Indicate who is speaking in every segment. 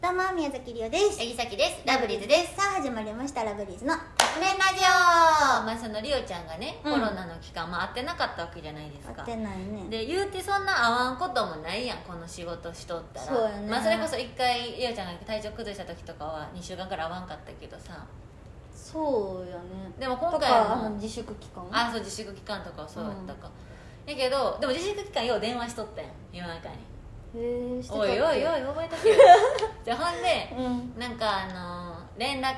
Speaker 1: どうも宮崎りおです
Speaker 2: 柳崎ですラブリーズです
Speaker 1: さあ始まりましたラブリーズの
Speaker 2: 「面ラジオ」まあそのりおちゃんがね、
Speaker 1: うん
Speaker 2: コロナの期間、まあ、会ってなかったわけじゃないです
Speaker 1: 合
Speaker 2: か
Speaker 1: ってないね
Speaker 2: で言うてそんな会わんこともないやんこの仕事しとったら
Speaker 1: そうやね
Speaker 2: まあ、それこそ一回りおちゃんが体調崩した時とかは2週間から会わんかったけどさ
Speaker 1: そうよね
Speaker 2: でも今
Speaker 1: と
Speaker 2: 回
Speaker 1: かあの
Speaker 2: も
Speaker 1: 自粛期間
Speaker 2: あそう自粛期間とかはそうやったか、やけどでも自粛期間よう電話しとったやん夜中に
Speaker 1: へえしてたっ
Speaker 2: おい
Speaker 1: け
Speaker 2: おいおい覚えと けよじゃあほんで
Speaker 1: うん
Speaker 2: なんかあの連絡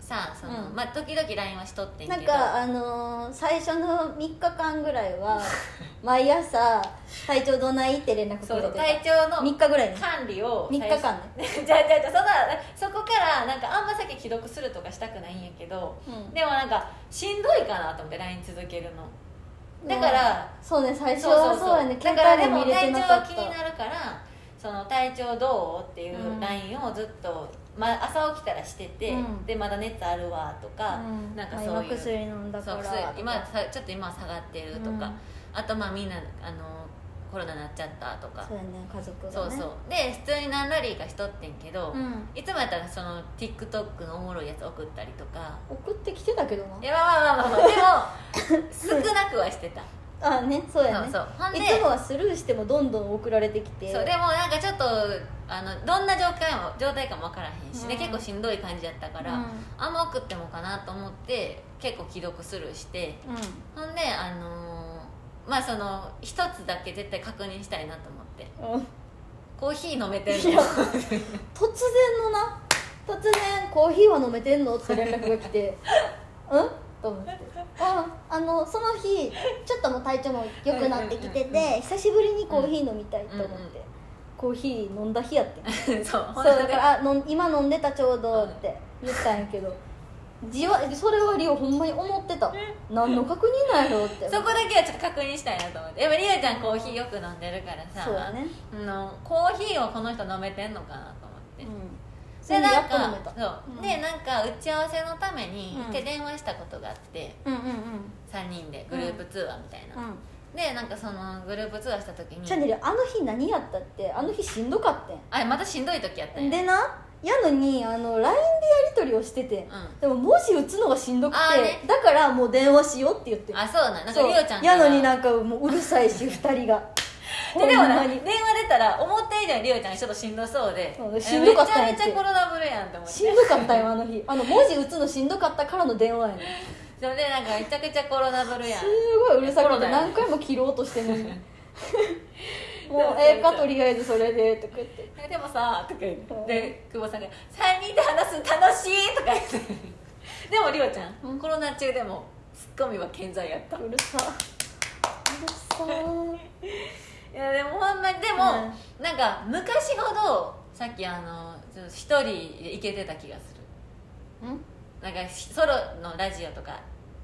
Speaker 2: さその、
Speaker 1: うん
Speaker 2: まあ時々 LINE はしとってんけ
Speaker 1: な
Speaker 2: ど
Speaker 1: んかあのー最初の3日間ぐらい は毎朝体調どないって連絡く
Speaker 2: そ
Speaker 1: れ
Speaker 2: う
Speaker 1: て
Speaker 2: 体
Speaker 1: た
Speaker 2: 調の
Speaker 1: 3日ぐらいね
Speaker 2: 管理を
Speaker 1: 3日間ね
Speaker 2: 最初 じゃあじゃあじゃあそんなそこからなんかあんま先既読するとかしたくないんやけど
Speaker 1: うん
Speaker 2: でもなんかしんどいかなと思って LINE 続けるのだから、
Speaker 1: そうね最初はそうやね
Speaker 2: だからで
Speaker 1: 携帯
Speaker 2: も
Speaker 1: も見れ
Speaker 2: 体
Speaker 1: て
Speaker 2: 調
Speaker 1: なか
Speaker 2: は
Speaker 1: っ
Speaker 2: 気
Speaker 1: た
Speaker 2: になるからその体調どうっていううん LINE をずっと、ま朝起きたらしてて、
Speaker 1: うん
Speaker 2: でまだ熱あるわとか、
Speaker 1: うん
Speaker 2: なんか
Speaker 1: まあ
Speaker 2: そういう
Speaker 1: 今薬飲んだか
Speaker 2: そう
Speaker 1: ら
Speaker 2: 薬今さちょっと今は下がってるとか、
Speaker 1: うん
Speaker 2: あとまあみんなあのコロナなっちゃったとか
Speaker 1: そうやね家族がね
Speaker 2: そうそうで普通に何ラリーかしとってんけど、
Speaker 1: うん
Speaker 2: いつもやったらその TikTok のおもろいやつ送ったりとか
Speaker 1: 送ってきてたけどない
Speaker 2: やまあまあまあまあでも少なくはしてた
Speaker 1: あねそうやね
Speaker 2: そうそうほんで
Speaker 1: いつもはスルーしてもどんどん送られてきて
Speaker 2: そうでもなんかちょっとあのどんな状態も状態かも分からへんし、で
Speaker 1: うん
Speaker 2: 結構しんどい感じやったから、
Speaker 1: うん
Speaker 2: あんま送ってもかなと思って結構既読スルーして
Speaker 1: うん
Speaker 2: ほんであのーまあその一つだけ絶対確認したいなと思っ
Speaker 1: う
Speaker 2: て
Speaker 1: ん
Speaker 2: コーヒー飲めて
Speaker 1: い
Speaker 2: る
Speaker 1: や
Speaker 2: の
Speaker 1: 突然のな突然コーヒーは飲めてんのって連絡が来 てうんと思ってああのその日ちょっともう体調も良くなってきて
Speaker 2: うんうんうんう
Speaker 1: て久しぶりにコーヒー飲みたいと思って、
Speaker 2: うんうん
Speaker 1: コーヒー飲んだ日やって
Speaker 2: そ
Speaker 1: そ
Speaker 2: うほ
Speaker 1: うん
Speaker 2: で
Speaker 1: だからあの今飲んでたちょうどって言ったんやけどじわそれはリオほんまに思ってた何の確認なんやろうって
Speaker 2: そこだけはちょっと確認したいなと思ってやっぱりりあちゃんコーヒーよく飲んでるからさ
Speaker 1: そうだね
Speaker 2: あのコーヒーをこの人飲めてんのかなと思って、
Speaker 1: うんそれ
Speaker 2: で
Speaker 1: でや
Speaker 2: な
Speaker 1: っ
Speaker 2: ん
Speaker 1: と飲めた
Speaker 2: かそう、
Speaker 1: うん
Speaker 2: でなんか打ち合わせのために
Speaker 1: うん
Speaker 2: 一回電話したことがあって、
Speaker 1: うんうんうん
Speaker 2: 3人でグループ通話みたいな、
Speaker 1: うん
Speaker 2: でなんかそのグループ通話した時に
Speaker 1: チャンネルあの日何やったってあの日しんどかってん
Speaker 2: あまたしんどい時やったんや
Speaker 1: でなやのにあの LINE でやり取りをしてて、
Speaker 2: うん
Speaker 1: でも文字打つのがしんどくて
Speaker 2: あーね
Speaker 1: だからもう電話しようって言って
Speaker 2: あそうなんなんか
Speaker 1: そう
Speaker 2: りおちゃん
Speaker 1: やのになんかもううるさい し二人が
Speaker 2: ででもな
Speaker 1: ほんま
Speaker 2: 電
Speaker 1: に
Speaker 2: 話出たら思った以上にりおちゃんちょっとしんどそうで
Speaker 1: そうしんどかったんやって
Speaker 2: めちゃめちゃコロナぶるやんって思って
Speaker 1: しんどかったよあの日あの文字打つのしんどかったからの電話やねん
Speaker 2: それでなんかめちゃくちゃコロナぶるやん
Speaker 1: すごいうるさ
Speaker 2: コ
Speaker 1: く
Speaker 2: ロナ
Speaker 1: て
Speaker 2: や
Speaker 1: 何回も切ろうとしてんの に
Speaker 2: そう
Speaker 1: もうええかとりあえずそれでとか言って
Speaker 2: でもさとか言っ
Speaker 1: うん
Speaker 2: てで久保さんが「3人で話すの楽しい!」とか言ってでもりおちゃん、コロナ中でもツッコミは健在やったいう
Speaker 1: るさうるさー
Speaker 2: やでもほんまにでも、なんか昔ほどさっきあのちょっと一人で行けてた気がする
Speaker 1: うん
Speaker 2: なんかソロのラジオとか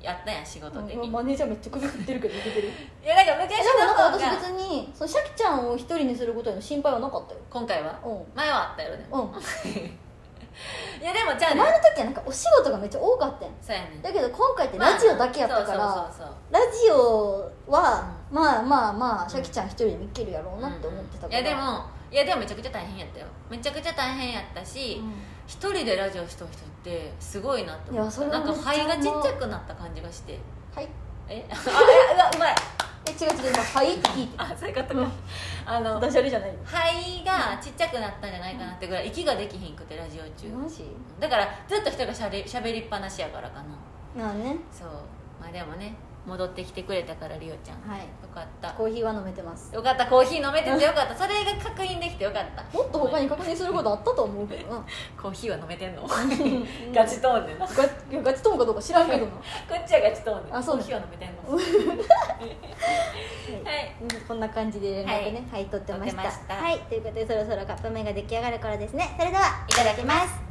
Speaker 2: やったやん仕事的に、
Speaker 1: マネージャーめっちゃ首振ってるけどいけてる
Speaker 2: いやなんか昔
Speaker 1: えでも
Speaker 2: の
Speaker 1: なん
Speaker 2: 方
Speaker 1: か私
Speaker 2: が
Speaker 1: 別にそのシャキちゃんを一人にすることへの心配はなかったよ
Speaker 2: 今回は、
Speaker 1: う
Speaker 2: 前はあったよね
Speaker 1: んうん
Speaker 2: いやでもじゃあ
Speaker 1: 前
Speaker 2: ね
Speaker 1: の時はなんかお仕事がめっちゃ多かったん
Speaker 2: そうやね
Speaker 1: だけど今回ってラジオだけやったから、
Speaker 2: まあそうそうそうそう
Speaker 1: ラジオは、まあまあまあシャキちゃん一人で見っけるやろうなって思ってたから、
Speaker 2: いやでもいやでもめちゃくちゃ大変やったよめちゃくちゃ大変やったし
Speaker 1: うん
Speaker 2: 一、人でラジオしとる人ってすごいなって思
Speaker 1: いやそれは
Speaker 2: なんか
Speaker 1: めっちゃ思
Speaker 2: 肺
Speaker 1: う
Speaker 2: がちっちゃくなった感じがして
Speaker 1: はい
Speaker 2: え あいやうわうまい
Speaker 1: え違う違う今「はい」って聞いて
Speaker 2: あそういうことか、あの
Speaker 1: ダジャレじゃない
Speaker 2: 肺がちっちゃくなったんじゃないかなってぐらい息ができひんくてラジオ中
Speaker 1: マジ
Speaker 2: だからずっと人がしゃべしゃべりっぱなしやからかな
Speaker 1: まあね
Speaker 2: そうまあでもね戻ってきてくれたからりおちゃん、
Speaker 1: はい
Speaker 2: よかった
Speaker 1: コーヒーは飲めてます
Speaker 2: よかったコーヒー飲めててよかったそれが確認できてよかった
Speaker 1: もっと他に確認することあったと思うけどな
Speaker 2: コーヒーは飲めてんの ガチトーンでなこ
Speaker 1: ガチガチともかどうか知らんけどな、は
Speaker 2: っちはガチトーンで
Speaker 1: あそう
Speaker 2: コ
Speaker 1: ね
Speaker 2: ーヒーは飲めてんの
Speaker 1: い
Speaker 2: はい
Speaker 1: こんな感じで連絡ね、はい、取ってました
Speaker 2: 取ってました
Speaker 1: はいということでそろそろカップ麺が出来上がる頃ですねそれではい
Speaker 2: ただきます